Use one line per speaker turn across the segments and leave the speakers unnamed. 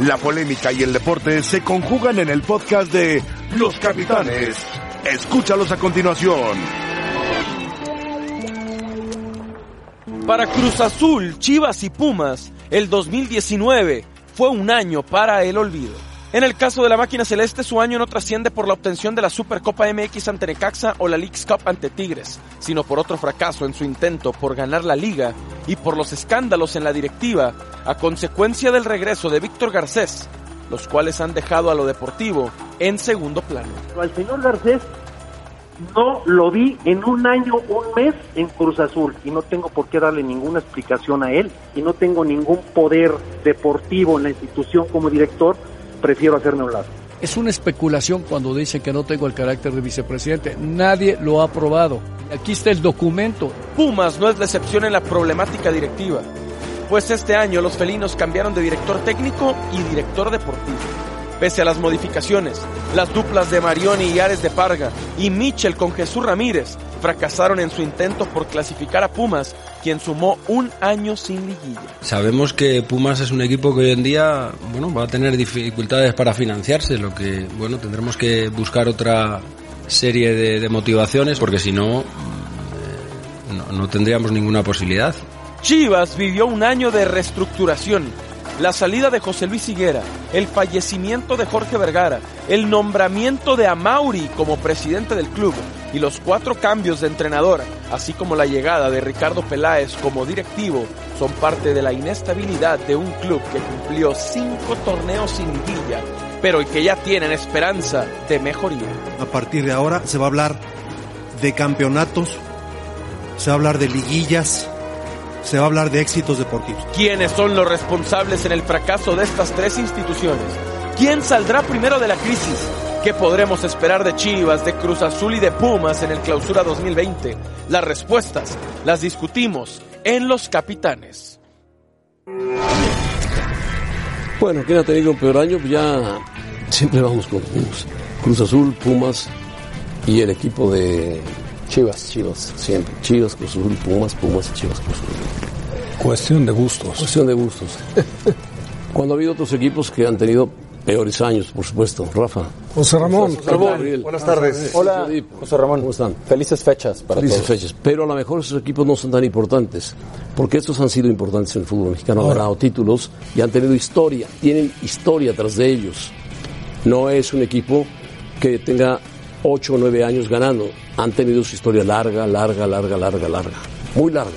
La polémica y el deporte se conjugan en el podcast de Los Capitanes. Escúchalos a continuación.
Para Cruz Azul, Chivas y Pumas, el 2019 fue un año para el olvido. En el caso de la máquina celeste, su año no trasciende por la obtención de la Supercopa MX ante Necaxa o la Leagues Cup ante Tigres, sino por otro fracaso en su intento por ganar la liga y por los escándalos en la directiva a consecuencia del regreso de Víctor Garcés, los cuales han dejado a lo deportivo en segundo plano.
Al señor Garcés no lo vi en un año, un mes en Cruz Azul y no tengo por qué darle ninguna explicación a él y no tengo ningún poder deportivo en la institución como director prefiero hacerme a un lado.
Es una especulación cuando dicen que no tengo el carácter de vicepresidente. Nadie lo ha probado. Aquí está el documento.
Pumas no es la excepción en la problemática directiva, pues este año los felinos cambiaron de director técnico y director deportivo. Pese a las modificaciones, las duplas de Marioni y Ares de Parga y Mitchell con Jesús Ramírez fracasaron en su intento por clasificar a Pumas, quien sumó un año sin liguilla.
Sabemos que Pumas es un equipo que hoy en día, bueno, va a tener dificultades para financiarse, lo que, bueno, tendremos que buscar otra serie de, de motivaciones, porque si no, eh, no, no tendríamos ninguna posibilidad.
Chivas vivió un año de reestructuración. La salida de José Luis Higuera, el fallecimiento de Jorge Vergara, el nombramiento de Amauri como presidente del club y los cuatro cambios de entrenador, así como la llegada de Ricardo Peláez como directivo, son parte de la inestabilidad de un club que cumplió cinco torneos sin liguilla, pero el que ya tienen esperanza de mejoría.
A partir de ahora se va a hablar de campeonatos, se va a hablar de liguillas, se va a hablar de éxitos deportivos.
¿Quiénes son los responsables en el fracaso de estas tres instituciones? ¿Quién saldrá primero de la crisis? ¿Qué podremos esperar de Chivas, de Cruz Azul y de Pumas en el Clausura 2020? Las respuestas las discutimos en Los Capitanes.
Bueno, ¿quién ha tenido un peor año? Pues Ya siempre vamos con Pumas. Cruz Azul, Pumas y el equipo de Chivas, Chivas, siempre. Chivas, Cruz Azul, Pumas, Pumas y Chivas, Cruz Azul.
Cuestión de gustos.
Cuestión de gustos. Cuando ha habido otros equipos que han tenido peores años, por supuesto. Rafa.
José Ramón,
Buenas tardes. Hola, José Ramón. ¿Cómo están?
Felices fechas para
Felices
todos.
fechas. Pero a lo mejor esos equipos no son tan importantes, porque estos han sido importantes en el fútbol mexicano, han ganado títulos y han tenido historia, tienen historia tras de ellos. No es un equipo que tenga ocho o nueve años ganando, han tenido su historia larga, larga, larga, larga, larga, muy larga.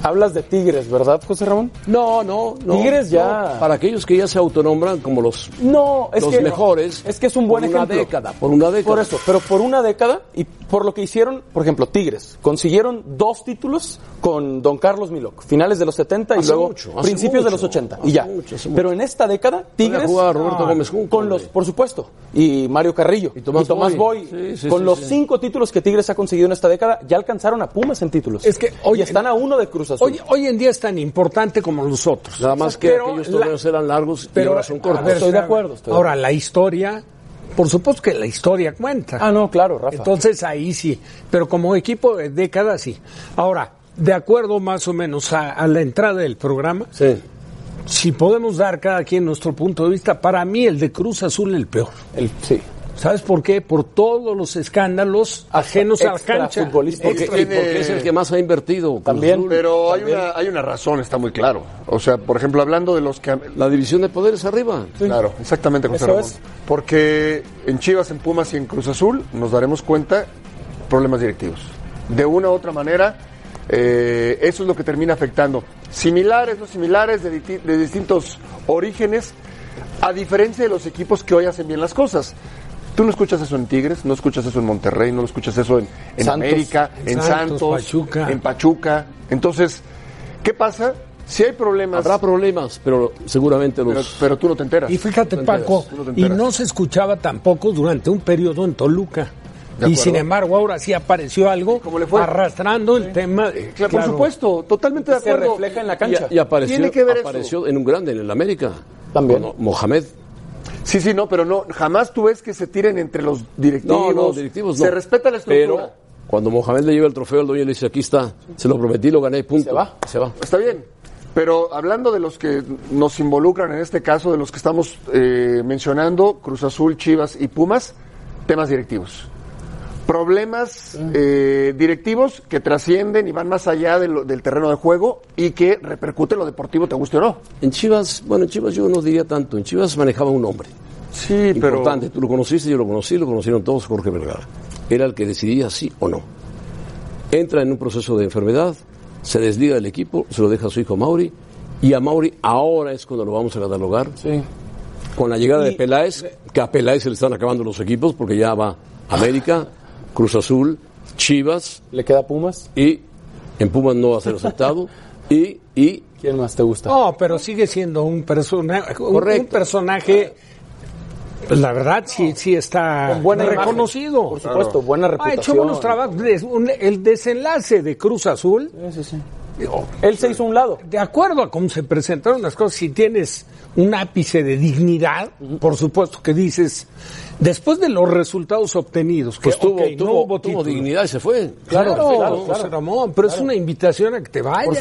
Hablas de Tigres, ¿verdad, José Ramón?
No, no, no.
Tigres ya-
no, para aquellos que ya se autonombran como los
No, es
Los
que
mejores
Es que es un buen
por una
ejemplo.
década, por una década.
Por eso, pero por una década y por lo que hicieron, por ejemplo, Tigres, consiguieron dos títulos con Don Carlos Miloc, finales de los 70 y
Hace
luego
mucho, hace
principios de los
mucho,
80 y
hace
ya.
mucho, hace mucho.
Pero en esta década Tigres Ah,
jugaba Roberto Gómez Junco,
con los,
hombre.
por supuesto, y Mario Carrillo y
Tomás Boy.
Boy,
Sí, sí,
con
sí,
los
sí.
cinco títulos que Tigres ha conseguido en esta década, ya alcanzaron a Pumas en títulos.
Es que hoy-
y están a uno de Cruz Azul.
hoy, hoy en día es tan importante como nosotros.
nada más que
Pero
aquellos
la-
torneos eran largos y ahora son cortos.
a ver,
Estoy de acuerdo, estoy de
ahora, la historia, por supuesto que la historia cuenta.
Ah, no, claro, Rafa.
Entonces ahí sí, pero como equipo de décadas sí. Ahora, de acuerdo más o menos a, a la entrada del programa,
Sí.
si podemos dar cada quien nuestro punto de vista, para mí el de Cruz Azul el peor.
El- sí.
¿Sabes por qué? Por todos los escándalos ajenos a la
Extra
cancha.
futbolista.
Porque,
Extra-
y porque es el que más ha invertido. Cruz
También,
Azul.
Pero hay una, hay una razón, está muy claro. O sea, por ejemplo, hablando de los que...
La división de poderes arriba.
Claro, exactamente, José
Eso
Ramón.
es.
Porque en Chivas, en Pumas y en Cruz Azul nos daremos cuenta problemas directivos. De una u otra manera, eh, eso es lo que termina afectando. Similares, no similares, de, diti- de distintos orígenes, a diferencia de los equipos que hoy hacen bien las cosas. Tú no escuchas eso en Tigres, no escuchas eso en Monterrey, no lo escuchas eso en, en
Santos.
América, en
Santos,
Santos,
Pachuca.
en Pachuca. Entonces, ¿qué pasa? Si hay problemas,
Habrá problemas, pero seguramente
pero,
los.
pero tú no te enteras.
Y fíjate,
enteras,
Paco,
tú no te
y
enteras.
no se escuchaba tampoco durante un periodo en Toluca. Y
acuerdo.
sin embargo, ahora sí apareció algo
¿Cómo le fue?
arrastrando el tema. de-
Claro,
claro.
Por supuesto, totalmente de
Se
acuerdo.
refleja en la cancha.
y apareció,
Tiene que ver eso.
apareció en un grande, en el América.
También.
Cuando Mohamed.
Sí, sí, no, pero no, jamás tú ves que se tiren entre los
No,
directivos.
no, directivos no.
Se respeta la estructura.
Pero cuando Mohamed le lleva el trofeo al dueño, le dice: aquí está, se lo prometí, lo gané, punto.
Se va.
Se va.
Está bien. Pero hablando de los que nos involucran en este caso, de los que estamos eh, mencionando, Cruz Azul, Chivas y Pumas, temas directivos. Problemas eh, directivos que trascienden y van más allá de lo- del terreno de juego y que repercuten en lo deportivo, te guste o no.
En Chivas, bueno, en Chivas yo no diría tanto. En Chivas manejaba un hombre.
Sí,
pero. Importante. Tú lo conociste, yo lo conocí, lo conocieron todos, Jorge Vergara. Era el que decidía sí o no. Entra en un proceso de enfermedad, se desliga del equipo, se lo deja a su hijo Mauri. Y a Mauri ahora es cuando lo vamos a catalogar. Con la llegada de Peláez, que a Peláez se le están acabando los equipos porque ya va América, Cruz Azul, Chivas.
¿Le queda Pumas?
Y en Pumas no va a ser aceptado. y, y.
¿Quién más te gusta?
No, pero sigue siendo un, persona, un- un
Correcto.
personaje, Pues la verdad, sí, sí está
Con buena imagen,
Ah, reconocido. Ah,
por supuesto, Claro. buena
Ha hecho buenos
reputación.
trabajos. des- un- el desenlace de Cruz Azul.
Él se hizo un lado.
De acuerdo a cómo se presentaron las cosas, si tienes un ápice de dignidad, por supuesto que dices, después de los resultados obtenidos, que
Pues tuvo,
ok, no
tuvo- tuvo
hubo título.
dignidad y se fue.
Claro, claro, José
claro.
Ramón, pero es una invitación a que te vayas.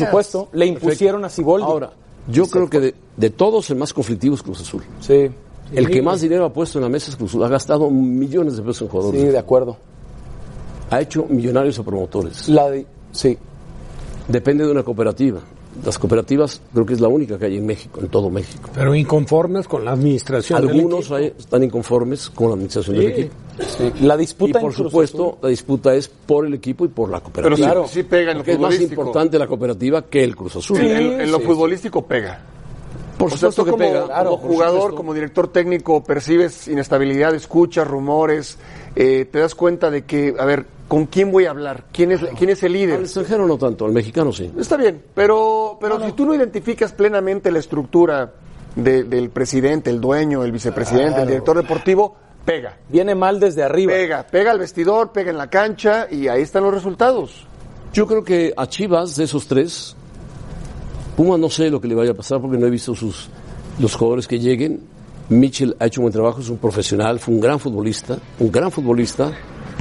a Siboldi.
Ahora, yo creo que de, de todos el más conflictivo es Cruz Azul.
Sí.
El
Sí.
que más dinero ha puesto en la mesa es Cruz Azul. Ha gastado millones de pesos en jugadores.
Sí, de acuerdo.
Ha hecho millonarios a promotores.
La sí.
Depende de una cooperativa. Las cooperativas creo que es la única que hay en México, en todo México.
Pero inconformes con la administración. del
Algunos hay- están inconformes con la administración del
Sí.
equipo.
La disputa
y por
en Cruz
supuesto la disputa es por el equipo y por la cooperativa.
Pero sí- sí pega en lo
Porque es más
futbolístico.
importante la cooperativa que el Cruz Azul.
en, en- en lo
Sí, sí.
futbolístico pega.
Por
O sea,
supuesto
tú
que
como,
pega.
como
Claro, por
jugador,
supuesto.
como director técnico, percibes inestabilidad, escuchas rumores, eh, te das cuenta de que, a ver, ¿con quién voy a hablar? ¿Quién es, quién es el líder?
Al extranjero no tanto, al mexicano sí.
Está bien, pero, pero si tú no identificas plenamente la estructura de- del presidente, el dueño, el vicepresidente, el director deportivo, pega.
Viene mal desde arriba.
Pega, pega al vestidor, pega en la cancha y ahí están los resultados.
Yo creo que a Chivas, de esos tres, Puma no sé lo que le vaya a pasar porque no he visto sus, los jugadores que lleguen. Mitchell ha hecho un buen trabajo, es un profesional, fue un gran futbolista, un gran futbolista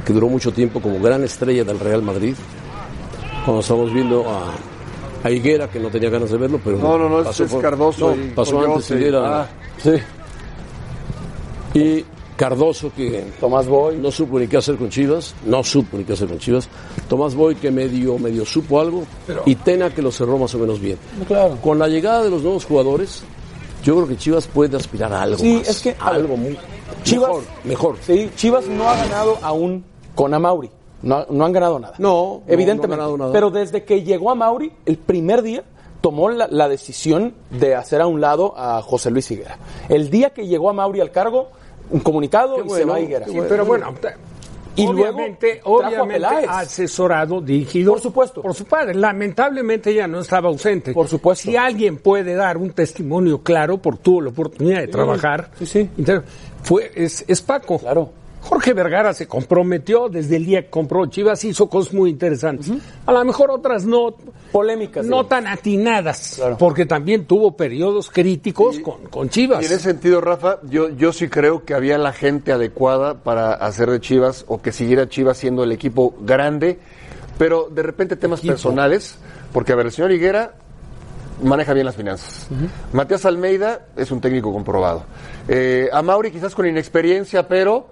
que duró mucho tiempo como gran estrella del Real Madrid. Cuando estamos viendo a, a Higuera, que no tenía ganas de verlo, pero.
No, no, no, es-
pasó
es Cardoso
no,
y
pasó antes
Coyote.
Higuera.
Ah.
Sí. Y Cardoso, que.
Tomás Boy.
No supo ni qué hacer con Chivas, no supo ni qué hacer con Chivas. Tomás Boy, que medio, medio supo algo.
Pero-
Y Tena, que lo cerró más o menos bien. Con la llegada de los nuevos jugadores, yo creo que Chivas puede aspirar a algo.
Sí,
más,
es que-
a algo muy.
Chivas-
Mejor, mejor.
Sí, Chivas no ha ganado aún con Amauri. No, no han ganado nada. No, evidentemente.
no han ganado nada.
Pero desde que llegó Amauri, el primer día tomó la, la decisión de hacer a un lado a José Luis Higuera. El día que llegó Amauri al cargo, un comunicado y se va Higuera.
Sí, pero bueno,
Y luego
obviamente,
trajo a
obviamente
Peláez.
asesorado, dirigido. Por supuesto. Por su padre. Lamentablemente ya no estaba ausente. Por supuesto. Si alguien puede dar un testimonio claro, porque tuvo la oportunidad de trabajar. Sí, sí. Fue, es, es Paco. Claro. Jorge Vergara se comprometió desde el día que compró Chivas, hizo cosas muy interesantes. A lo mejor otras no.
Polémicas.
No tan atinadas. Porque también tuvo periodos críticos con, con Chivas.
Y en ese sentido, Rafa, yo, yo sí creo que había la gente adecuada para hacer de Chivas o que siguiera Chivas siendo el equipo grande, pero de repente temas personales, porque a ver, el señor Higuera maneja bien las finanzas. Matías Almeida es un técnico comprobado. Eh, a Mauri quizás con inexperiencia, pero,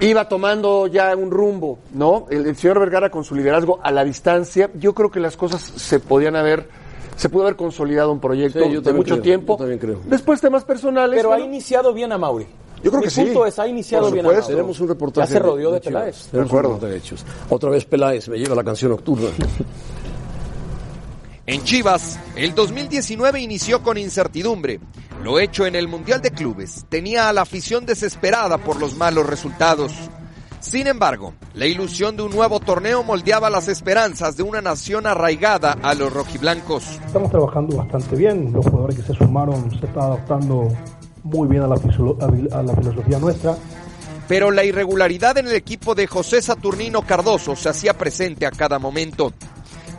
iba tomando ya un rumbo, ¿no? El, el señor Vergara con su liderazgo a la distancia, yo creo que las cosas se podían haber, se pudo haber consolidado un proyecto
Sí, yo
de
también
mucho
creo,
tiempo.
yo también creo.
Después temas personales.
Pero ha
bueno.
iniciado bien a Mauri.
Yo creo
Mi
que sí.
punto es, ha iniciado
Por
bien
supuesto.
a Mauri.
Tenemos un reportaje.
Ya se rodeó de,
Chivas.
Peláez.
Tenemos un reportaje de Chivas. Otra vez Peláez, me lleva la canción nocturna.
En Chivas, el 2019 inició con incertidumbre. Lo hecho en el Mundial de Clubes tenía a la afición desesperada por los malos resultados. Sin embargo, la ilusión de un nuevo torneo moldeaba las esperanzas de una nación arraigada a los rojiblancos.
Estamos trabajando bastante bien, los jugadores que se sumaron se están adaptando muy bien a la, fisolo- a la filosofía nuestra.
Pero la irregularidad en el equipo de José Saturnino Cardoso se hacía presente a cada momento.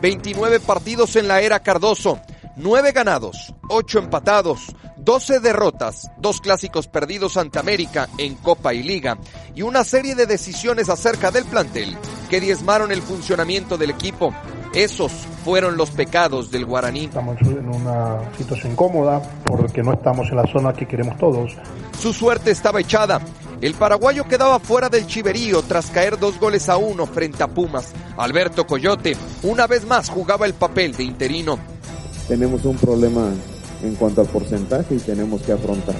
29 partidos en la era Cardoso, 9 ganados, 8 empatados, 12 derrotas, 2 clásicos perdidos ante América en Copa y Liga y una serie de decisiones acerca del plantel que diezmaron el funcionamiento del equipo. Esos fueron los pecados del guaraní.
Estamos en una situación incómoda porque no estamos en la zona que queremos todos.
Su suerte estaba echada. El paraguayo quedaba fuera del chiverío tras caer dos goles a uno frente a Pumas. Alberto Coyote, una vez más, jugaba el papel de interino.
Tenemos un problema en cuanto al porcentaje y tenemos que afrontar.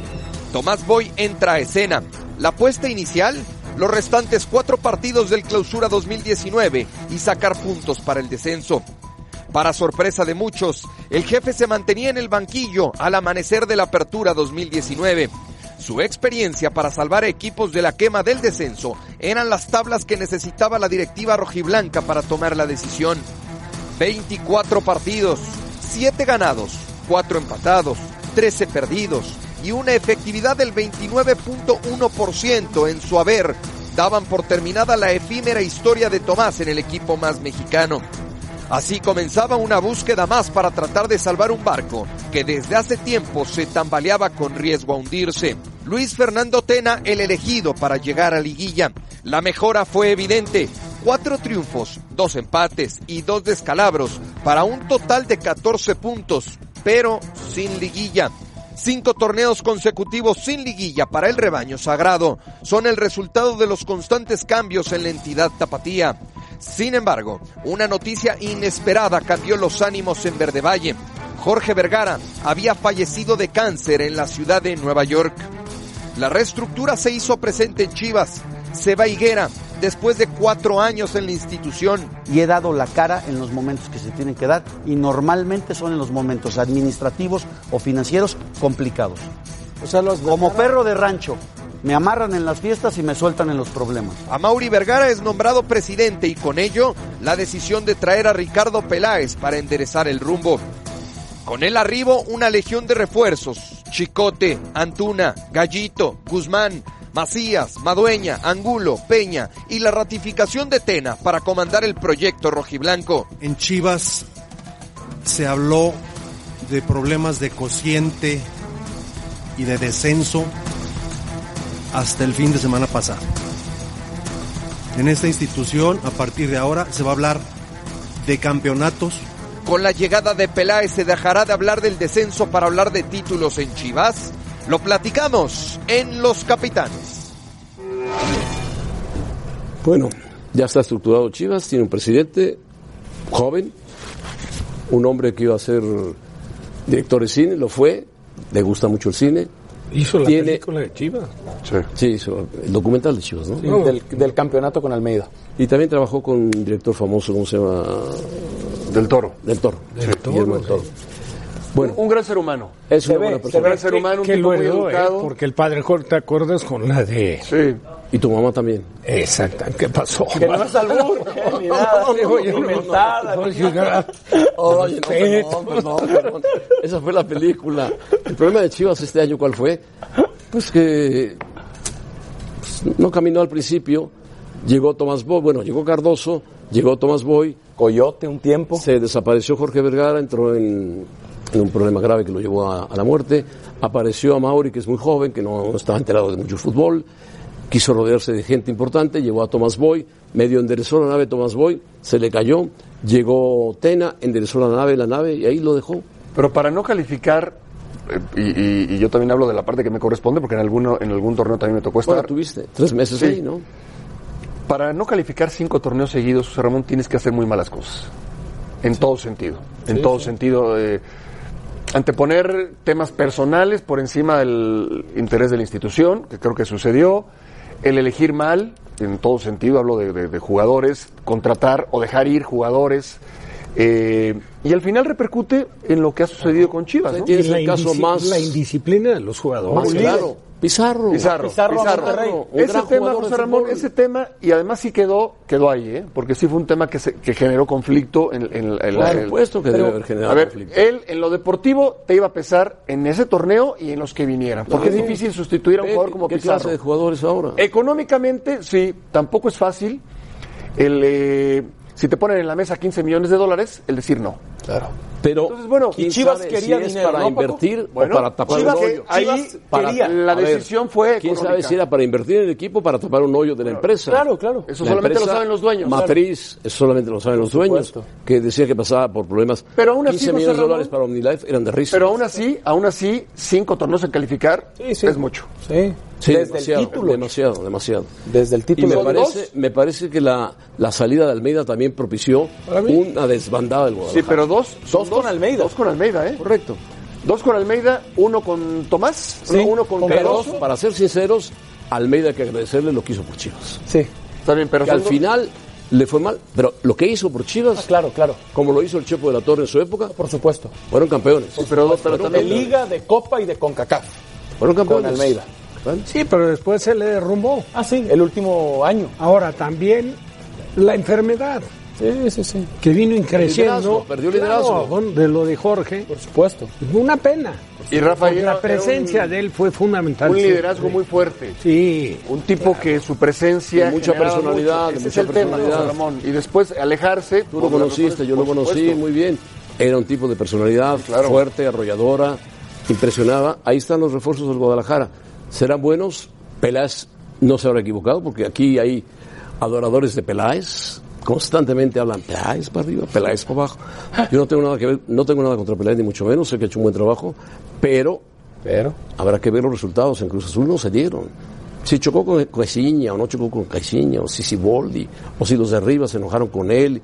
Tomás Boy entra a escena. La apuesta inicial, los restantes cuatro partidos del clausura 2019 y sacar puntos para el descenso. Para sorpresa de muchos, el jefe se mantenía en el banquillo al amanecer de la apertura 2019. Su experiencia para salvar a equipos de la quema del descenso eran las tablas que necesitaba la directiva rojiblanca para tomar la decisión. 24 partidos, 7 ganados, 4 empatados, 13 perdidos y una efectividad del 29.1% en su haber daban por terminada la efímera historia de Tomás en el equipo más mexicano. Así comenzaba una búsqueda más para tratar de salvar un barco que desde hace tiempo se tambaleaba con riesgo a hundirse. Luis Fernando Tena, el elegido para llegar a liguilla. La mejora fue evidente. Cuatro triunfos, dos empates y dos descalabros para un total de 14 puntos, pero sin liguilla. Cinco torneos consecutivos sin liguilla para el rebaño sagrado son el resultado de los constantes cambios en la entidad tapatía. Sin embargo, una noticia inesperada cambió los ánimos en Verde Valle. Jorge Vergara había fallecido de cáncer en la ciudad de Nueva York. La reestructura se hizo presente en Chivas. Se va Higuera después de cuatro años en la institución.
y he dado la cara en los momentos que se tienen que dar y normalmente son en los momentos administrativos o financieros complicados. Como perro de rancho, me amarran en las fiestas y me sueltan en los problemas.
A Mauri Vergara es nombrado presidente y con ello la decisión de traer a Ricardo Peláez para enderezar el rumbo. Con el arribo una legión de refuerzos, Chicote, Antuna, Gallito, Guzmán, Macías, Madueña, Angulo, Peña y la ratificación de Tena para comandar el proyecto rojiblanco.
En Chivas se habló de problemas de cociente y de descenso hasta el fin de semana pasado. En esta institución, a partir de ahora, se va a hablar de campeonatos.
Con la llegada de Peláez se dejará de hablar del descenso para hablar de títulos en Chivas. Lo platicamos en Los Capitanes.
Bueno, ya está estructurado Chivas, tiene un presidente joven, un hombre que iba a ser director de cine, lo fue, le gusta mucho el cine.
Hizo la
tiene,
película de Chivas.
Sí. hizo el documental de Chivas, ¿no?
Sí, del-
campeonato con Almeida. Y también trabajó con un director famoso, ¿cómo se llama?
Del Toro.
Del Toro. Guillermo del Toro. Bueno,
Un gran ser humano.
es una
ve,
buena
se
persona.
ve el ser Que- humano, un que tipo lo muy heredó, educado. ¿eh?
Porque el padre Jorge, ¿te acuerdas con la de...?
Sí.
Y tu mamá también.
Exacto. ¿Qué pasó?
Que no es albur, ni nada, digo, inventada.
Oye, Oh, no, perdón, perdón, perdón. Esa fue la película. El problema de Chivas este año, ¿cuál fue? Pues que pues, no caminó al principio. Llegó Tomás Boy, bueno, llegó Cardoso, llegó Tomás Boy. Coyote un tiempo. Se desapareció Jorge Vergara, entró en, en un problema grave que lo llevó a, a la muerte. Apareció a Mauri, que es muy joven, que no estaba enterado de mucho fútbol. Quiso rodearse de gente importante, llegó a Tomás Boy, medio enderezó la nave Tomás Boy, se le cayó, llegó Tena, enderezó la nave, la nave, y ahí lo dejó.
Pero para no calificar, eh, y, y- y yo también hablo de la parte que me corresponde, porque en, alguno, en algún torneo también me tocó estar.
Bueno, tuviste tres meses
Sí.
ahí, ¿no?
Para no calificar cinco torneos seguidos, José Ramón, tienes que hacer muy malas cosas. En todo sentido. En
Sí,
todo
sí.
sentido. eh, anteponer temas personales por encima del interés de la institución, que creo que sucedió. El elegir mal, en todo sentido, hablo de, de- de jugadores, contratar o dejar ir jugadores. eh, y al final repercute en lo que ha sucedido con Chivas. ¿no?
Y la indisci- La indisciplina de los jugadores.
Más claro.
Pizarro.
Pizarro.
Un
Ese
gran
tema,
jugador
José
de
Ramón,
fútbol.
ese tema, y además sí quedó, quedó ahí, ¿eh? porque sí fue un tema que, se- que generó conflicto en, en- en la...
Por supuesto que
Pero,
debe haber generado
a ver,
conflicto.
Él en lo deportivo te iba a pesar en ese torneo y en los que vinieran, porque
Claro.
es difícil sustituir a un
Ve
jugador
qué-
como
qué
Pizarro.
clase de jugadores ahora?
Económicamente, sí, tampoco es fácil el, eh, si te ponen en la mesa 15 millones de dólares, el decir no.
Claro. Pero bueno,
y Chivas quería
si es
dinero,
para
¿no, Paco?
invertir
Bueno,
o para tapar
Chivas
un
que-
hoyo.
Chivas quería. La
a ver,
decisión fue
¿Quién sabe
económica.
si era para invertir en el equipo o para tapar un hoyo de la empresa?
claro, claro. Eso solamente lo saben los dueños.
Matriz, eso solamente lo saben los dueños, que decía que pasaba por problemas.
Pero aún así,
15
José
millones de
Ramón,
dólares para OmniLife eran de risa.
Pero aún así, aún así, cinco torneos en calificar es mucho.
Sí,
Sí,
Desde el
demasiado,
título.
demasiado, demasiado.
Desde el
Y me
Son
parece, me parece que la, la salida de Almeida también propició una desbandada del Guadalajara.
Sí, pero dos, son dos. con Almeida. Dos con Almeida, ¿eh? Correcto. Dos con Almeida, uno con Tomás, no, uno con
pero,
Cardoso.
para ser sinceros, Almeida hay que agradecerle lo que hizo por Chivas.
Sí,
está bien, pero
al
son dos-
final le fue mal, pero lo que hizo por Chivas,
Ah, claro, claro,
como lo hizo el Chepo de la Torre en su época,
por supuesto,
fueron campeones.
pero,
de Liga, de Copa y de CONCACAF.
Fueron
campeones.
Con Almeida. Sí, pero después se le derrumbó.
pues. Ah, sí, el último año.
Ahora también la enfermedad.
Sí, sí, sí.
Que vino creciendo.
Liderazgo, perdió liderazgo.
Claro, de lo de Jorge. Por
supuesto.
Una pena.
Y Rafa
Porque
era-
la presencia
era un-
de él fue fundamental.
Un
sí.
liderazgo muy fuerte.
Sí.
Un tipo que su presencia.
Y mucha
generaba
personalidad,
mucho. Ese
mucha
es el tema,
personalidad.
José Ramón. Y después alejarse.
Tú lo conociste, yo lo conocí muy bien. Era un tipo de personalidad fuerte, arrolladora, impresionaba. Ahí están los refuerzos del Guadalajara. ¿Serán buenos? Peláez no se habrá equivocado porque aquí hay adoradores de Peláez. Constantemente hablan Peláez para arriba, Peláez para abajo. Yo no tengo nada que ver, no tengo nada contra Peláez ni mucho menos, sé que ha hecho un buen trabajo, pero,
pero
habrá que ver los resultados. En Cruz Azul no salieron. Si chocó con Caixinha o no chocó con Caixinha, o si Siboldi, o si los de arriba se enojaron con él,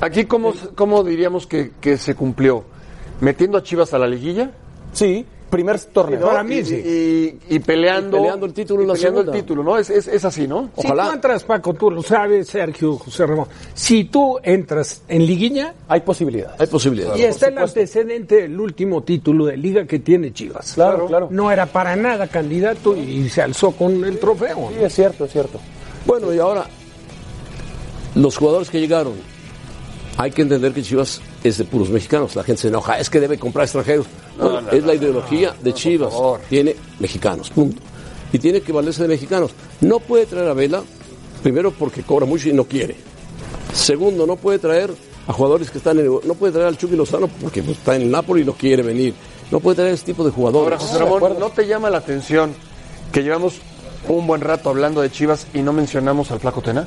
Aquí, ¿cómo, cómo diríamos que, que se cumplió? ¿Metiendo a Chivas a la liguilla?
Sí, primer torneo.
Para mí, sí.
Y, y peleando.
Y peleando el título en la
y peleando
segunda.
el título, ¿no? Es, es, es así, ¿no?
Si tú entras, Paco, tú lo sabes, Sergio, José Ramón. Si tú entras en liguilla.
Hay posibilidades.
Hay posibilidades.
Y está el antecedente del último título de liga que tiene Chivas.
Claro, claro.
No era para nada candidato y se alzó con el trofeo.
Sí, es cierto, es cierto.
Bueno, y ahora los jugadores que llegaron, hay que entender que Chivas es de puros mexicanos. La gente se enoja, es que debe comprar extranjeros.
No,
Bueno,
no,
es
no,
la
no,
ideología de Chivas. Tiene mexicanos, punto. Y tiene que valerse de mexicanos. No puede traer a Vela, primero porque cobra mucho y no quiere. Segundo, no puede traer a jugadores que están en. No puede traer al Chucky Lozano porque pues, está en Nápoles y no quiere venir. No puede traer ese tipo de jugadores.
Ahora, José Ramón, ¿no te llama la atención que llevamos un buen rato hablando de Chivas y no mencionamos al Flaco Tena?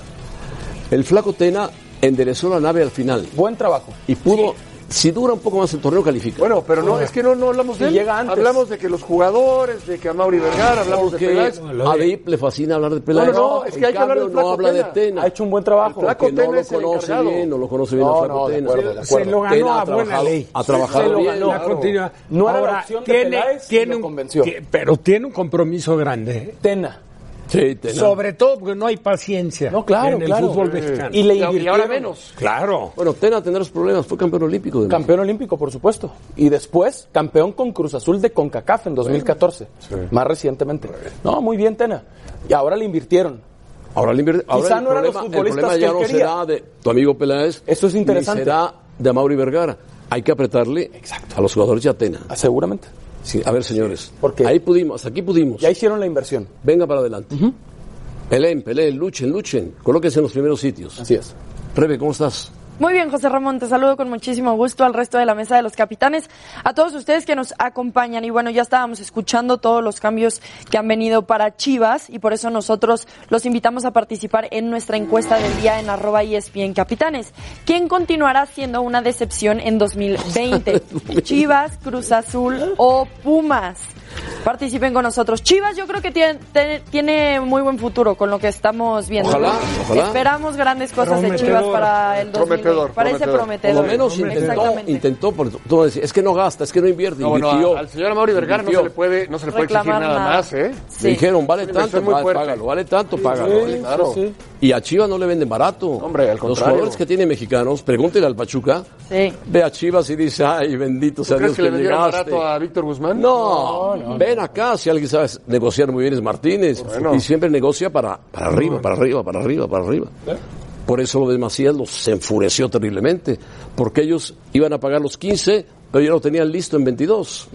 El Flaco Tena enderezó la nave al final.
Buen trabajo.
Y pudo, si dura un poco más el torneo, califica.
Bueno, pero no, es que no, no hablamos de
Y
él.
llega antes.
Hablamos de que los jugadores, de que a Mauri Vergara, hablamos de Peláez.
a Deip le fascina hablar de
No,
Peláez.
no, no, es que hay
En
que hablar
cambio,
del Flaco
no habla
Tena.
de Tena.
Ha hecho un buen trabajo.
Porque no lo conoce bien, no lo conoce bien
No,
al Flaco
no, de
Tena.
acuerdo, de acuerdo.
Se lo ganó
Tena ha
a buena
trabajado-
ley.
Ha trabajado
Se lo
bien.
ganó, la continuidad.
No era la
Ahora,
opción de Peláez, lo
un-
convenció.
tie- pero tiene un compromiso grande. ¿eh?
Tena.
Sí,
Sobre todo porque no hay paciencia
No, claro,
en el
claro.
fútbol
Sí.
mexicano.
Y le Y ahora invirtieron. menos.
Claro.
Bueno, Tena tendrá los problemas, fue campeón olímpico. de
Campeón olímpico, por supuesto. Y después, campeón con Cruz Azul de CONCACAF en 2014. Más recientemente. No, muy bien, Tena. Y ahora le invirtieron.
Ahora le invierte. ahora
Quizá
el
no eran los
problema-
futbolistas
El problema ya
que
no
él quería.
será de tu amigo Peláez.
Eso es interesante.
Ni será de Mauri Vergara. Hay que apretarle a los jugadores de Atena.
Ah, Seguramente.
Sí, a ver, señores. Porque ahí pudimos, hasta aquí pudimos. Ya
hicieron la inversión.
Venga para adelante. Peleen, peleen, luchen, luchen. Colóquense en los primeros sitios. Así
es.
Rebe, ¿cómo estás?
Muy bien, José Ramón, te saludo con muchísimo gusto al resto de la mesa de los capitanes, a todos ustedes que nos acompañan. Y bueno, ya estábamos escuchando todos los cambios que han venido para Chivas y por eso nosotros los invitamos a participar en nuestra encuesta del día en arroba E ESPN Capitanes. ¿Quién continuará siendo una decepción en 2020? Chivas, Cruz Azul o Pumas. Participen con nosotros. Chivas yo creo que tiene, tiene- tiene muy buen futuro con lo que estamos viendo.
Ojalá,
¿no?
ojalá.
Esperamos grandes cosas de Chivas
Prometedor.
para el 2020. Parece prometedor.
Por lo menos intentó,
Exactamente.
intentó por- tú vas a decir, es que no gasta, es que no invierte.
No, bueno,
invirtió.
al señor Mauri Vergara no se le
Invirtió.
puede, no se le puede exigir
Reclamar
nada,
nada.
más, ¿eh?
Le dijeron, vale
Es una
tanto,
inversión muy
pa-
fuerte.
págalo, vale tanto,
Sí,
págalo.
sí, claro. sí, sí.
Y a Chivas no le venden barato. Hombre, al Los
contrario.
jugadores que tiene mexicanos, pregúntele al Pachuca,
Sí.
ve a Chivas y dice, ay, bendito sea
¿Crees
Dios
que
que,
le vendieron
llegaste.
barato a Víctor Guzmán?
No, ven acá, si alguien sabe negociar muy bien es Martínez. Y siempre negocia para, para arriba, para arriba, para arriba, para arriba. Por eso lo de Macías los enfureció terriblemente, porque ellos iban a pagar los 15, pero ya lo tenían listo en 22.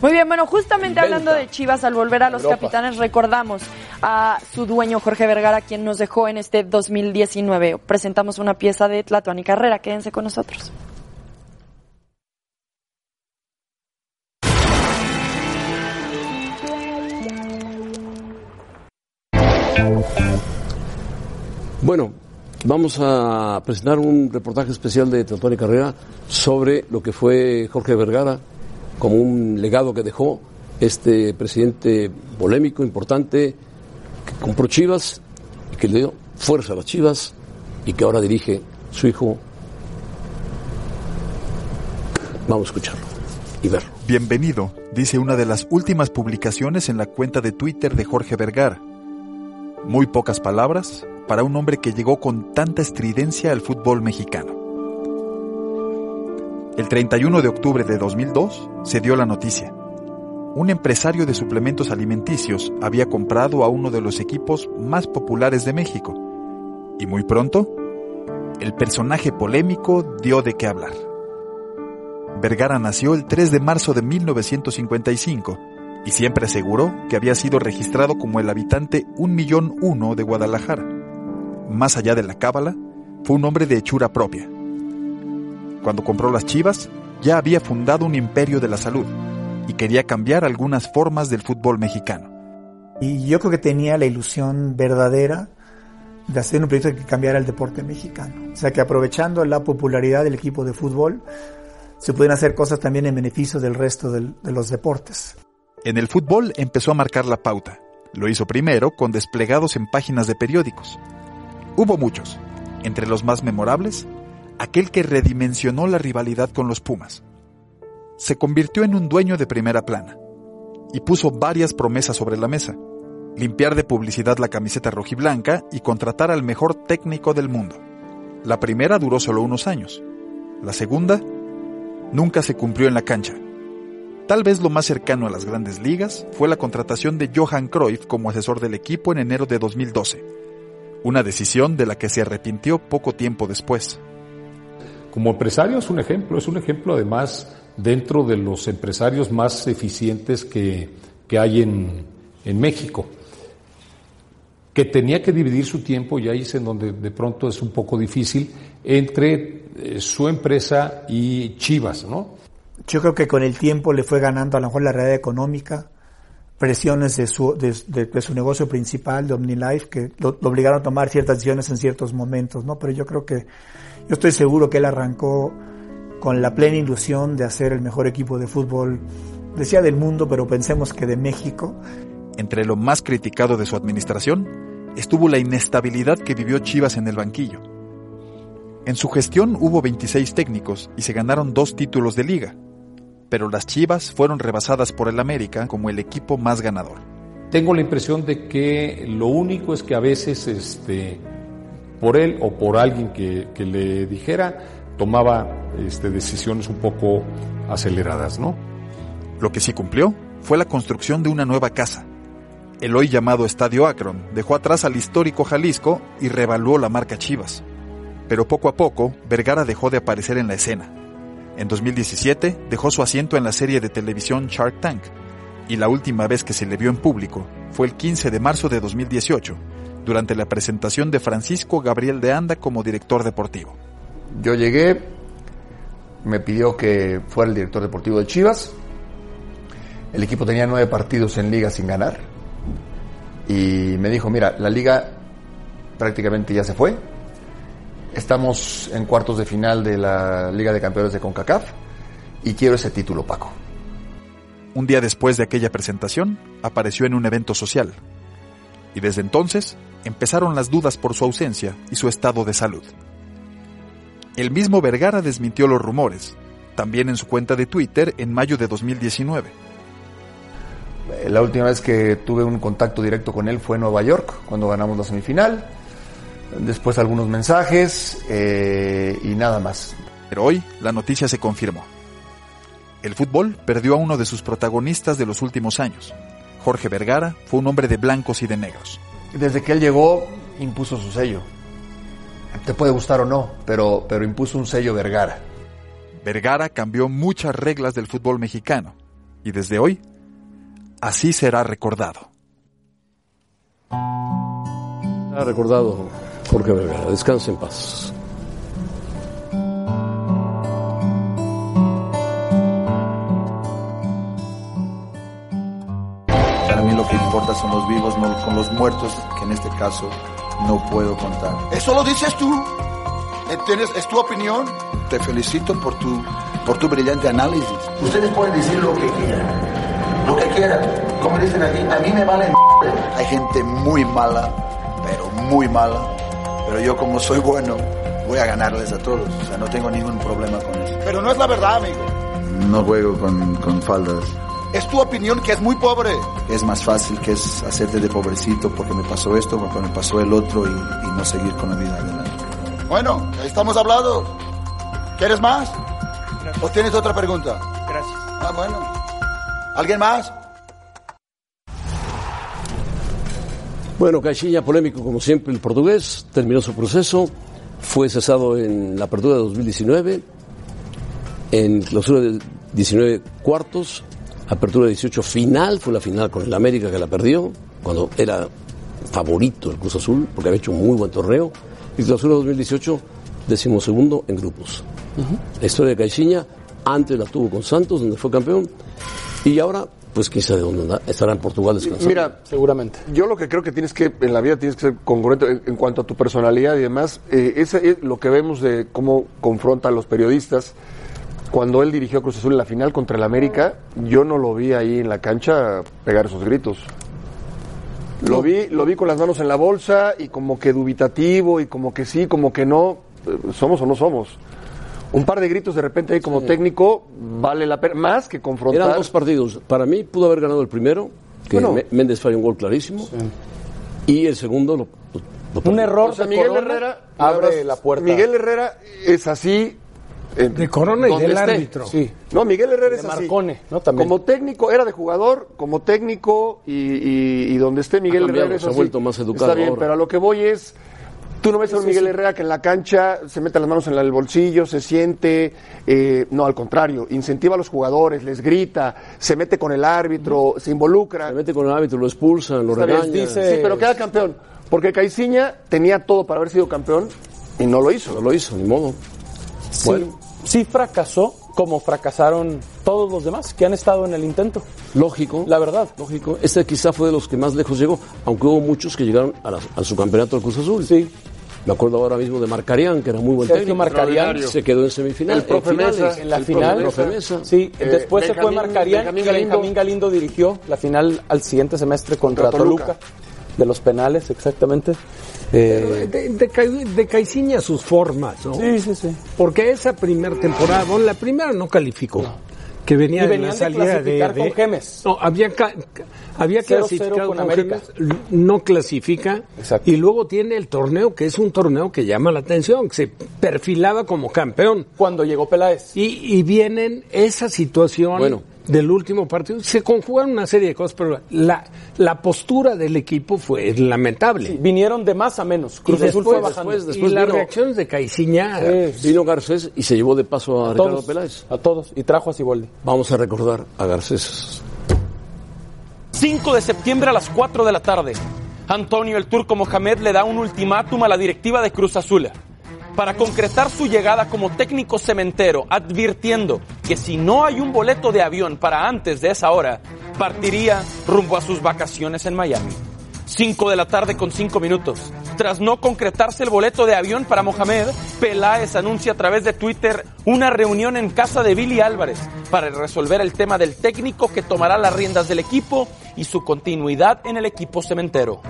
Muy bien, bueno, justamente hablando de Chivas, al volver a los
Europa.
capitanes, recordamos a su dueño Jorge Vergara, quien nos dejó en este 2019. Presentamos una pieza de Tlatoani Carrera. Quédense con nosotros.
Bueno, vamos a presentar un reportaje especial de Antonio Carrera sobre lo que fue Jorge Vergara, como un legado que dejó este presidente polémico, importante, que compró Chivas, y que le dio fuerza a las Chivas y que ahora dirige su hijo. Vamos a escucharlo y verlo.
Bienvenido, dice una de las últimas publicaciones en la cuenta de Twitter de Jorge Vergara. Muy pocas palabras para un hombre que llegó con tanta estridencia al fútbol mexicano. El 31 de octubre de 2002 se dio la noticia. Un empresario de suplementos alimenticios había comprado a uno de los equipos más populares de México. Y muy pronto, el personaje polémico dio de qué hablar. Vergara nació el 3 de marzo de 1955 y siempre aseguró que había sido registrado como el habitante 1.001.000 de Guadalajara. Más allá de la cábala, fue un hombre de hechura propia. Cuando compró las Chivas, ya había fundado un imperio de la salud y quería cambiar algunas formas del fútbol mexicano.
Y yo creo que tenía la ilusión verdadera de hacer un proyecto que cambiara el deporte mexicano. O sea que aprovechando la popularidad del equipo de fútbol, se pueden hacer cosas también en beneficio del resto del- de los deportes.
En el fútbol empezó a marcar la pauta. Lo hizo primero con desplegados en páginas de periódicos. Hubo muchos. Entre los más memorables, aquel que redimensionó la rivalidad con los Pumas. Se convirtió en un dueño de primera plana y puso varias promesas sobre la mesa. Limpiar de publicidad la camiseta rojiblanca y contratar al mejor técnico del mundo. La primera duró solo unos años. La segunda nunca se cumplió en la cancha. Tal vez lo más cercano a las grandes ligas fue la contratación de Johan Cruyff como asesor del equipo en enero de 2012, una decisión de la que se arrepintió poco tiempo después.
Como empresario es un ejemplo, es un ejemplo además dentro de los empresarios más eficientes que, que hay en, en México, que tenía que dividir su tiempo, y ahí es en donde de pronto es un poco difícil, entre eh, su empresa y Chivas, ¿no?
Yo creo que con el tiempo le fue ganando a lo mejor la realidad económica, presiones de su, de, de- de su negocio principal, de OmniLife, que lo, lo obligaron a tomar ciertas decisiones en ciertos momentos, ¿no? Pero yo creo que, yo estoy seguro que él arrancó con la plena ilusión de hacer el mejor equipo de fútbol, decía del mundo, pero pensemos que de México.
Entre lo más criticado de su administración estuvo la inestabilidad que vivió Chivas en el banquillo. En su gestión hubo 26 técnicos y se ganaron dos títulos de liga, pero las Chivas fueron rebasadas por el América como el equipo más ganador.
Tengo la impresión de que lo único es que a veces, este, por él o por alguien que, que le dijera, tomaba este, decisiones un poco aceleradas, ¿no?
Lo que sí cumplió fue la construcción de una nueva casa. El hoy llamado Estadio Akron dejó atrás al histórico Jalisco y revaluó la marca Chivas. Pero poco a poco, Vergara dejó de aparecer en la escena. En 2017 dejó su asiento en la serie de televisión Shark Tank, y la última vez que se le vio en público fue el 15 de marzo de 2018, durante la presentación de Francisco Gabriel de Anda como director deportivo.
Yo llegué, me pidió que fuera el director deportivo de Chivas. El equipo tenía nueve partidos en liga sin ganar. Y me dijo, mira, la liga prácticamente ya se fue. Estamos en cuartos de final de la Liga de Campeones de CONCACAF y quiero ese título, Paco.
Un día después de aquella presentación, apareció en un evento social. Y desde entonces empezaron las dudas por su ausencia y su estado de salud. El mismo Vergara desmintió los rumores, también en su cuenta de Twitter en mayo de 2019.
Eh, La última vez que tuve un contacto directo con él fue en Nueva York, cuando ganamos la semifinal. Después algunos mensajes eh, y nada más.
Pero hoy la noticia se confirmó. El fútbol perdió a uno de sus protagonistas de los últimos años. Jorge Vergara fue un hombre de blancos y de negros.
Desde que él llegó, impuso su sello. Te puede gustar o no, pero, pero impuso un sello Vergara.
Vergara cambió muchas reglas del fútbol mexicano y desde hoy así será recordado.
Ha recordado Jorge Vergara. Descanse en paz.
Para mí lo que importa son los vivos, no con los muertos, que en este caso no puedo contar.
Eso lo dices tú.
Eh,
Tienes- es tu opinión. Te felicito por tu, por tu brillante análisis.
Ustedes pueden decir lo que quieran, lo que quieran. Como dicen aquí, a mí me vale m****.
Hay gente muy mala, pero muy mala. Pero yo como soy bueno, voy a ganarles a todos. O sea, no tengo ningún problema con eso. Pero no es la verdad, amigo.
No juego con, con faldas.
Es tu opinión que es muy pobre.
Es más fácil que es hacerte de pobrecito porque me pasó esto, porque me pasó el otro y, y no seguir con la vida adelante.
Bueno, ahí estamos hablados. ¿Quieres más? ¿O tienes otra pregunta?
Gracias.
Ah, bueno. ¿Alguien más?
Bueno, Caixinha, polémico como siempre, el portugués, terminó su proceso, fue cesado en la apertura de 2019, en clausura de 19 cuartos, apertura de 18 final, fue la final con el América que la perdió, cuando era favorito el Cruz Azul, porque había hecho un muy buen torneo, y clausura 2018, decimosegundo en grupos. La historia de Caixinha, antes la tuvo con Santos, donde fue campeón, y ahora, pues quizá de dónde anda, estará en Portugal descansando.
Mira,
seguramente.
Yo lo que creo que tienes que, en la vida tienes que ser congruente en, en cuanto a tu personalidad y demás. Eh, ese es lo que vemos de cómo confronta a los periodistas. Cuando él dirigió a Cruz Azul en la final contra el América, yo no lo vi ahí en la cancha pegar esos gritos. Lo vi, lo vi con las manos en la bolsa y como que dubitativo y como que sí, como que no. Eh, ¿Somos o no somos? Un par de gritos de repente ahí como técnico vale la pena, más que confrontar.
Eran dos partidos. Para mí pudo haber ganado el primero, que
Bueno.
M- Méndez falló un gol clarísimo. Y el segundo lo,
Un error
O sea,
de
Miguel
Corona
Herrera
abre
verdad,
la puerta.
Miguel Herrera es así. de
Corona y del árbitro. Sí.
No, Miguel Herrera
De
es así.
Marcone, ¿no? También.
Como técnico, era de jugador, como técnico y, y- y donde esté Miguel
Ha cambiado,
Herrera es
se ha
así.
vuelto más educado
Está bien,
ahora.
pero a lo que voy es. Tú no ves a un
Sí,
Miguel
sí.
Herrera que en la cancha se mete las manos en la- el bolsillo, se siente. eh, no, al contrario, incentiva a los jugadores, les grita, se mete con el árbitro, se involucra. Se
mete con el árbitro, lo expulsan, lo
Está bien,
regañan.
dice- Sí, pero queda campeón. Porque Caiciña tenía todo para haber sido campeón y no lo hizo. No
lo hizo, ni modo.
Sí, sí fracasó como fracasaron todos los demás que han estado en el intento.
Lógico.
La verdad.
Lógico. Este quizá fue de los que más lejos llegó, aunque hubo muchos que llegaron a, la- a su campeonato del Cruz Azul. Sí. Me acuerdo ahora mismo de Marcarián, que era muy buen
Sergio
técnico.
Marcarián.
se quedó en semifinal.
El profe
en finales.
Mesa. En la final.
El profe Mesa.
Sí, después se fue Marcarían y Benjamín Galindo dirigió la final al siguiente semestre contra,
Contra Toluca.
Toluca. de los penales, exactamente. Eh,
De, de, Cai- de Caixinha sus formas, ¿no? Sí,
sí, sí.
Porque esa primera temporada, bueno, la primera no calificó. Que
Y
venía de
venían
la
de
salida de,
clasificar con Gemes.
No, había, ca- había
0-0 con
clasificado con
América.
Gemes, no clasifica. Y luego tiene el torneo, que es un torneo que llama la atención, que se perfilaba como campeón.
Cuando llegó Peláez.
Y, y vienen esa situación
Bueno.
del último partido. Se conjugan una serie de cosas, pero la, la postura del equipo fue lamentable.
vinieron de más a menos.
Cruz
Cruz
después,
Azul fue bajando.
Después, después y las
vino-
reacciones de Caiciña.
Vino Garcés y se llevó de paso a, Ricardo
todos,
Peláez.
eh, A todos. Y trajo a Ciboldi.
Vamos a recordar a Garcés.
5 de septiembre a las 4 de la tarde. Antonio el Turco Mohamed le da un ultimátum a la directiva de Cruz Azul para concretar su llegada como técnico cementero, advirtiendo que si no hay un boleto de avión para antes de esa hora, partiría rumbo a sus vacaciones en Miami. 5 de la tarde con 5 minutos. Tras no concretarse el boleto de avión para Mohamed, Peláez anuncia a través de Twitter una reunión en casa de Billy Álvarez para resolver el tema del técnico que tomará las riendas del equipo y su continuidad en el equipo cementero.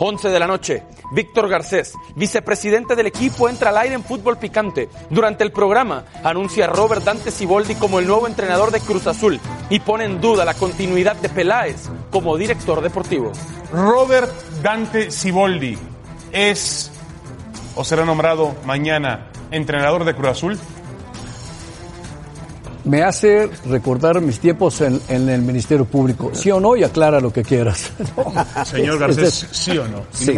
11 de la noche, Víctor Garcés, vicepresidente del equipo, entra al aire en fútbol picante. Durante el programa, anuncia a Robert Dante Siboldi como el nuevo entrenador de Cruz Azul y pone en duda la continuidad de Peláez como director deportivo.
Robert Dante Siboldi es o será nombrado mañana entrenador de Cruz Azul.
Me hace recordar mis tiempos en, en el Ministerio Público. ¿Sí o no? Y aclara lo que quieras.
Señor Garcés, ¿sí o no?
Sí.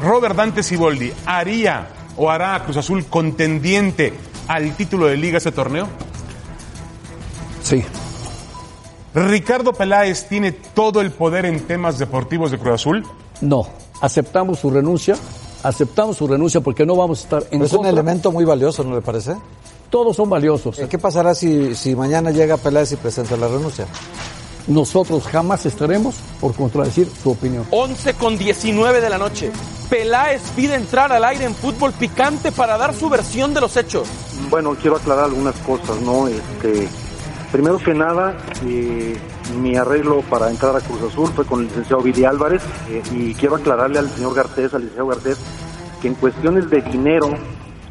Robert Dante Siboldi haría o hará a Cruz Azul contendiente al título de liga ese torneo.
Sí.
Ricardo Peláez tiene todo el poder en temas deportivos de Cruz Azul.
No. Aceptamos su renuncia. Aceptamos su renuncia porque no vamos a estar en
Pero es un
contra.
elemento muy valioso, ¿no le parece? Eh,
Todos son valiosos.
¿Qué pasará si, si mañana llega Peláez y presenta la renuncia?
Nosotros jamás estaremos por contradecir su opinión.
11 con 19 de la noche. Peláez pide entrar al aire en fútbol picante para dar su versión de los hechos.
Bueno, quiero aclarar algunas cosas, ¿no? Este, primero que nada, eh, mi arreglo para entrar a Cruz Azul fue con el licenciado Vidi Álvarez eh, y quiero aclararle al señor Garcés, al licenciado Garcés, que en cuestiones de dinero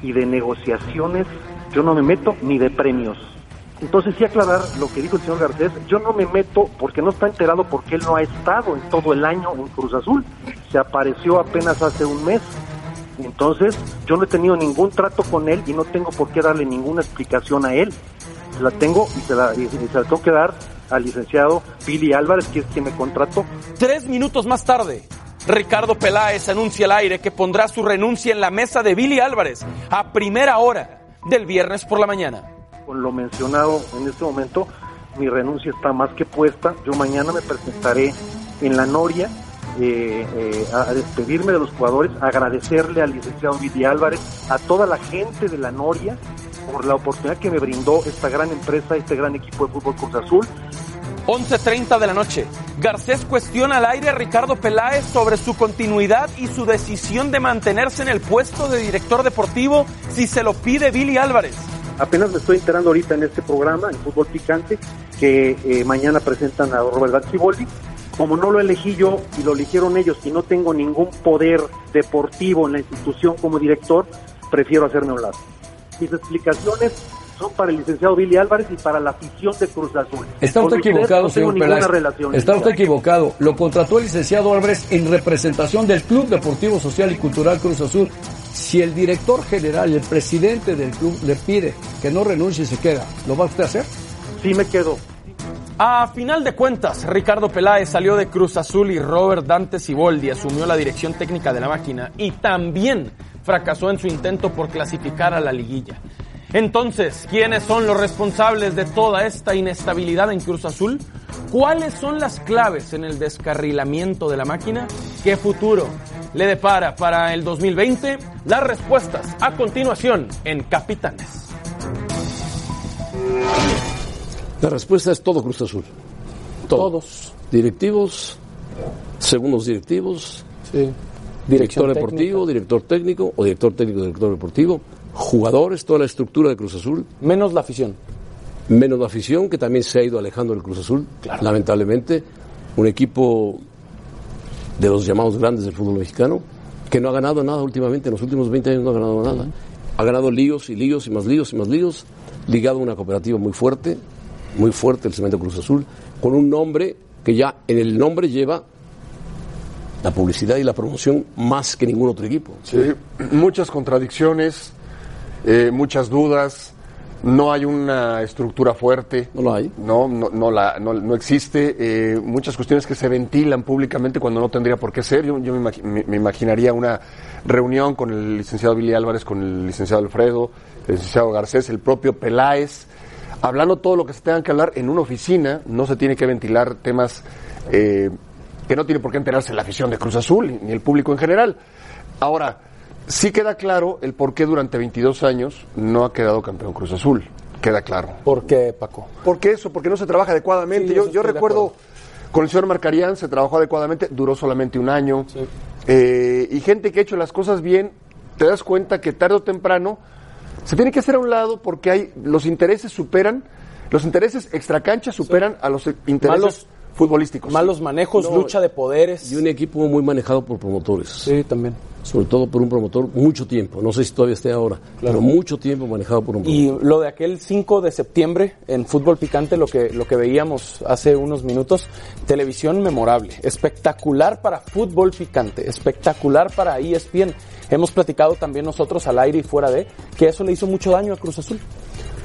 y de negociaciones yo no me meto ni de premios. Entonces sí aclarar lo que dijo el señor Garcés, yo no me meto porque no está enterado porque él no ha estado en todo el año en Cruz Azul, se apareció apenas hace un mes. Entonces yo no he tenido ningún trato con él y no tengo por qué darle ninguna explicación a él. Se la tengo y se la, y se la tengo que dar al licenciado Billy Álvarez, que es quien me contrató.
Tres minutos más tarde, Ricardo Peláez anuncia al aire que pondrá su renuncia en la mesa de Billy Álvarez a primera hora del viernes por la mañana.
Con lo mencionado en este momento, mi renuncia está más que puesta. Yo mañana me presentaré en la Noria eh, eh, a a despedirme de los jugadores, agradecerle al licenciado Vidi Álvarez, a toda la gente de la Noria por la oportunidad que me brindó esta gran empresa, este gran equipo de fútbol Cruz Azul.
11.30 de la noche. Garcés cuestiona al aire a Ricardo Peláez sobre su continuidad y su decisión de mantenerse en el puesto de director deportivo si se lo pide Billy Álvarez.
Apenas me estoy enterando ahorita en este programa, en Fútbol Picante, que eh, mañana presentan a Robert Garciboldi. Como no lo elegí yo y lo eligieron ellos y no tengo ningún poder deportivo en la institución como director, prefiero hacerme a un lado. Mis explicaciones son para el licenciado Billy Álvarez y para la afición de Cruz Azul.
Está
Con
usted
ustedes
equivocado,
no tengo
señor
ninguna
Peláez.
relación.
Está usted equivocado. Lo contrató el licenciado Álvarez en representación del Club Deportivo Social y Cultural Cruz Azul. Si el director general, el presidente del club, le pide que no renuncie y se queda, ¿lo va usted a hacer?
Sí, me quedo.
A final de cuentas, Ricardo Peláez salió de Cruz Azul y Robert Dante Siboldi asumió la dirección técnica de la máquina y también fracasó en su intento por clasificar a la liguilla. Entonces, ¿quiénes son los responsables de toda esta inestabilidad en Cruz Azul? ¿Cuáles son las claves en el descarrilamiento de la máquina? ¿Qué futuro le depara para el 2020? Las respuestas a continuación en Capitanes.
La respuesta es todo Cruz Azul. Todos. Directivos, segundos directivos,
Dirección
director deportivo, director técnico o director técnico, director deportivo, jugadores, toda la estructura de Cruz Azul.
Menos la afición.
Menos la afición, que también se ha ido alejando del Cruz Azul, lamentablemente. Un equipo de los llamados grandes del fútbol mexicano, que no ha ganado nada últimamente, en los últimos 20 años no ha ganado nada. Ha ganado líos y líos y más líos y más líos, ligado a una cooperativa muy fuerte, muy fuerte, el Cemento Cruz Azul, con un nombre que ya en el nombre lleva la publicidad y la promoción más que ningún otro equipo.
Sí, muchas contradicciones, eh, muchas dudas. No hay una estructura fuerte. No hay. No, no, la, no, no existe. eh, muchas cuestiones que se ventilan públicamente cuando no tendría por qué ser. Yo, yo me, imagi- me- me imaginaría una reunión con el licenciado Billy Álvarez, con el licenciado Alfredo, el licenciado Garcés, el propio Peláez, hablando todo lo que se tengan que hablar en una oficina. No se tiene que ventilar temas eh, que no tiene por qué enterarse la afición de Cruz Azul ni el público en general. Ahora, sí queda claro el por qué durante 22 años no ha quedado campeón Cruz Azul. Queda claro.
¿Por qué, Paco?
Porque eso, porque no se trabaja adecuadamente.
Sí,
yo
eso
yo
estoy de
recuerdo con el señor Marcarián se trabajó adecuadamente, duró solamente un año. Eh, y gente que ha hecho las cosas bien, te das cuenta que tarde o temprano se tiene que hacer a un lado porque hay los intereses superan, los intereses extracancha superan a los intereses
Malos-
futbolísticos.
Malos manejos,
No,
lucha de poderes.
Y un equipo muy manejado por promotores. Sí,
también.
Sobre todo por un promotor mucho tiempo, no sé si todavía esté ahora, pero mucho tiempo manejado por un promotor.
Y lo de aquel 5 de septiembre en Fútbol Picante, lo que, lo que veíamos hace unos minutos, televisión memorable, espectacular para Fútbol Picante, espectacular para E ESPN. Hemos platicado también nosotros al aire y fuera de que eso le hizo mucho daño a Cruz Azul.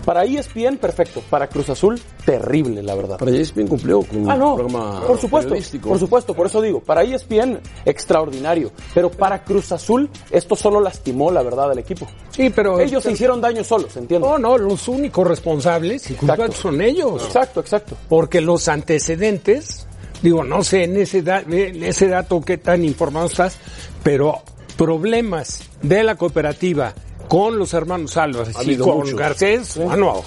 Para E ESPN, perfecto. Para Cruz Azul, terrible, la verdad.
Para ESPN cumplió con
Ah, no,
un programa
por supuesto,
periodístico.
por supuesto, por eso digo, para E ESPN, extraordinario. Pero para Cruz Azul, esto solo lastimó, la verdad, al equipo.
Sí, pero
Ellos se hicieron daño solos, entiendo.
No, no, los únicos responsables y culpables son ellos.
Exacto, exacto.
Porque los antecedentes, digo, no sé en ese, da- en ese dato qué tan informado estás, pero problemas de la cooperativa con los hermanos Álvarez
Ha
y
habido
con
muchos.
Garcés,
Sí.
bueno,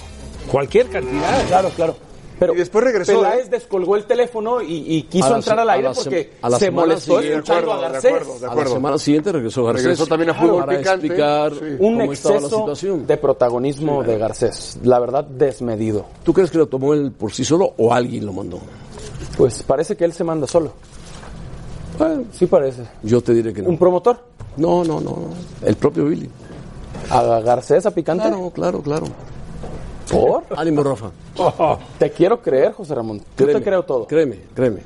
cualquier cantidad.
Claro, claro. Pero
Y
Pues
después regresó, ¿eh?
¿eh?
Peláez descolgó el teléfono y, y quiso
A la
entrar
se-
al
a
aire
la sem-
porque
a la
se
semana
molestó
siguiente.
escuchando a
De acuerdo,
Garcés.
de acuerdo. A la semana siguiente regresó Garcés. Regresó también a fútbol Para picante. explicar Sí.
un
cómo estaba la
exceso de protagonismo de Garcés. La verdad, desmedido.
¿Tú crees que lo tomó él por sí solo o alguien lo mandó?
Pues parece que él se manda solo. Bueno, sí parece.
Yo te diré que no.
¿Un promotor?
No, no, no. El propio Billy.
¿A Garcés, a Picante?
Claro, claro, claro.
¿Por?
Ánimo, Rafa.
Te quiero creer, José Ramón. Yo te
Créeme,
creo todo.
Créeme, créeme.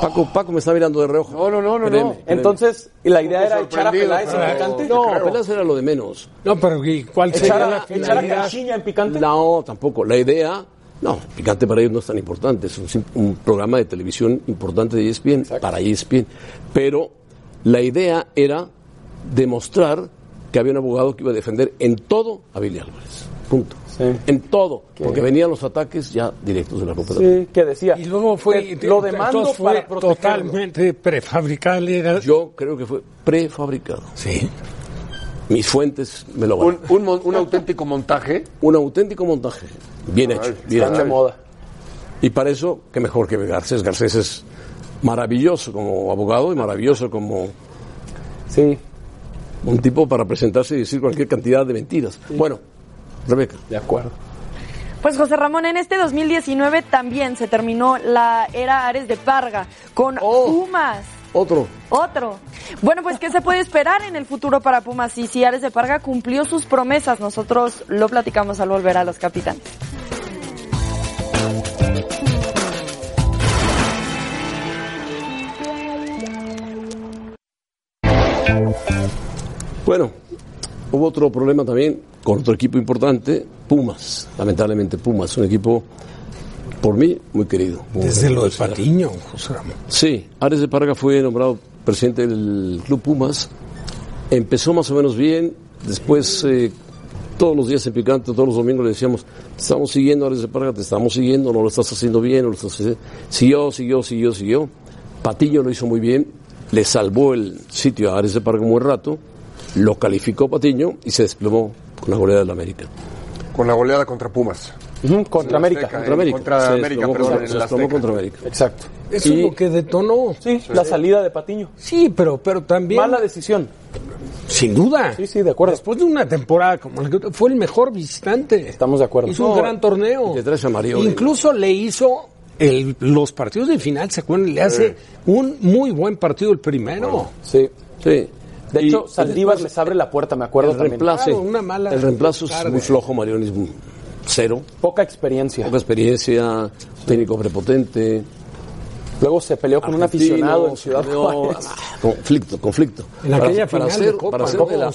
Paco, Paco me está mirando de reojo. No, no, no,
no, no. Entonces, ¿y la idea Un poco era echar a sorprendido, Peláez en pero- Picante?
No,
Creo.
Peláez era lo de menos.
No, pero ¿y cuál
Echar sería a- la- echar la a idea? Caixinha en Picante?
No, tampoco. La idea... No, Picante para ellos no es tan importante. Es un, sim- un programa de televisión importante de E ESPN, para ESPN. Pero la idea era demostrar que había un abogado que iba a defender en todo a Billy Álvarez. Punto. En todo. Porque venían los ataques ya directos de la Copa
Sí, que decía.
Y luego fue.
Te- lo demando
entonces fue
para protegerlo.
totalmente prefabricado. Era...
Yo creo que fue prefabricado.
Sí.
Mis fuentes me lo
Un,
van.
un mon- un auténtico montaje.
Un auténtico montaje. Bien
Ay,
hecho.
están
Bien
de
hecho.
moda.
Y para eso, qué mejor que Garcés. Garcés es maravilloso como abogado y maravilloso como.
Sí.
Un tipo para presentarse y decir cualquier cantidad de mentiras. Bueno, Rebeca.
De acuerdo.
Pues José Ramón, en este 2019 también se terminó la era Ares de Parga con
Oh.
Pumas.
Otro.
Otro. Bueno, pues ¿qué se puede esperar en el futuro para Pumas? Y si Ares de Parga cumplió sus promesas, nosotros lo platicamos al volver a los capitanes.
Bueno, hubo otro problema también con otro equipo importante, Pumas. Lamentablemente, Pumas, un equipo por mí muy querido.
Desde lo de
Partido.
Patiño, José Ramón.
Sí, Ares de Parga fue nombrado presidente del Club Pumas. Empezó más o menos bien. Después, eh, todos los días en picante, todos los domingos le decíamos: Te estamos siguiendo, Ares de Parga, te estamos siguiendo, no lo estás haciendo bien, no lo estás haciendo. Siguió, siguió, siguió, siguió. Patiño lo hizo muy bien, le salvó el sitio a Ares de Parga un buen rato, lo calificó Patiño y se desplomó con la goleada del América.
Con la goleada contra Pumas.
Contra
En la
América.
Azteca,
Contra
en-
América.
Contra
Se
América,
desplomó
perdón.
contra-
en
se
la
desplomó
Azteca.
contra América.
Exacto.
Eso es lo que detonó.
Sí, la salida de Patiño.
Sí, pero, pero también.
Mala decisión.
Sin duda.
Sí, sí, de acuerdo.
Después de una temporada como la que fue el mejor visitante.
Estamos de acuerdo.
Hizo un
No,
gran torneo.
De tres a Mario.
Incluso le hizo el- los partidos de final, ¿se acuerdan? Le hace un muy buen partido el primero.
Sí.
Sí.
De
Y-
hecho, Saldívar
después-
les abre la puerta, me acuerdo
el
también.
reemplazo, el reemplazo es muy flojo, Marioni es un cero.
Poca experiencia.
Poca experiencia, técnico prepotente.
Luego se peleó con un aficionado en Ciudad Juárez.
Conflicto, conflicto.
En aquella
para, para
final de
ser,
Copa,
para ser
¿no?
de, la, de la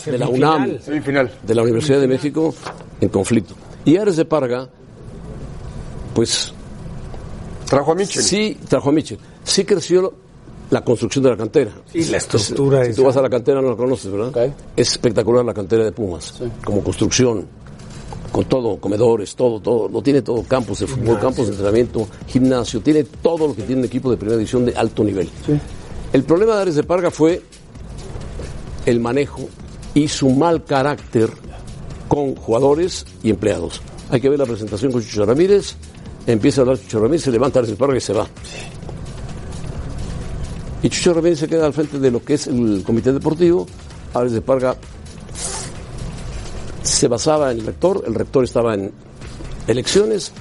Semifinal.
UNAM, de la Universidad de México, en conflicto. Y Ares de Parga, pues...
Trajo a Mitchell.
Sí, trajo a Mitchell. Sí creció la construcción de la cantera.
Sí, la estructura
Si
es-
tú vas a la cantera, no la conoces, ¿verdad? Es espectacular la cantera de Pumas, como construcción, con todo, comedores, todo, todo, lo tiene todo, campos de fútbol,
Gimnasio.
campos de entrenamiento, gimnasio, tiene todo lo que tiene un equipo de primera división de alto nivel. El problema de Ares de Parga fue el manejo y su mal carácter con jugadores y empleados. Hay que ver la presentación con Chucho Ramírez, empieza a hablar Chucho Ramírez, se levanta Ares de Parga y se va. Y Chucho Ramírez se queda al frente de lo que es el comité deportivo. Ares de Parga se basaba en el rector, el rector estaba en elecciones,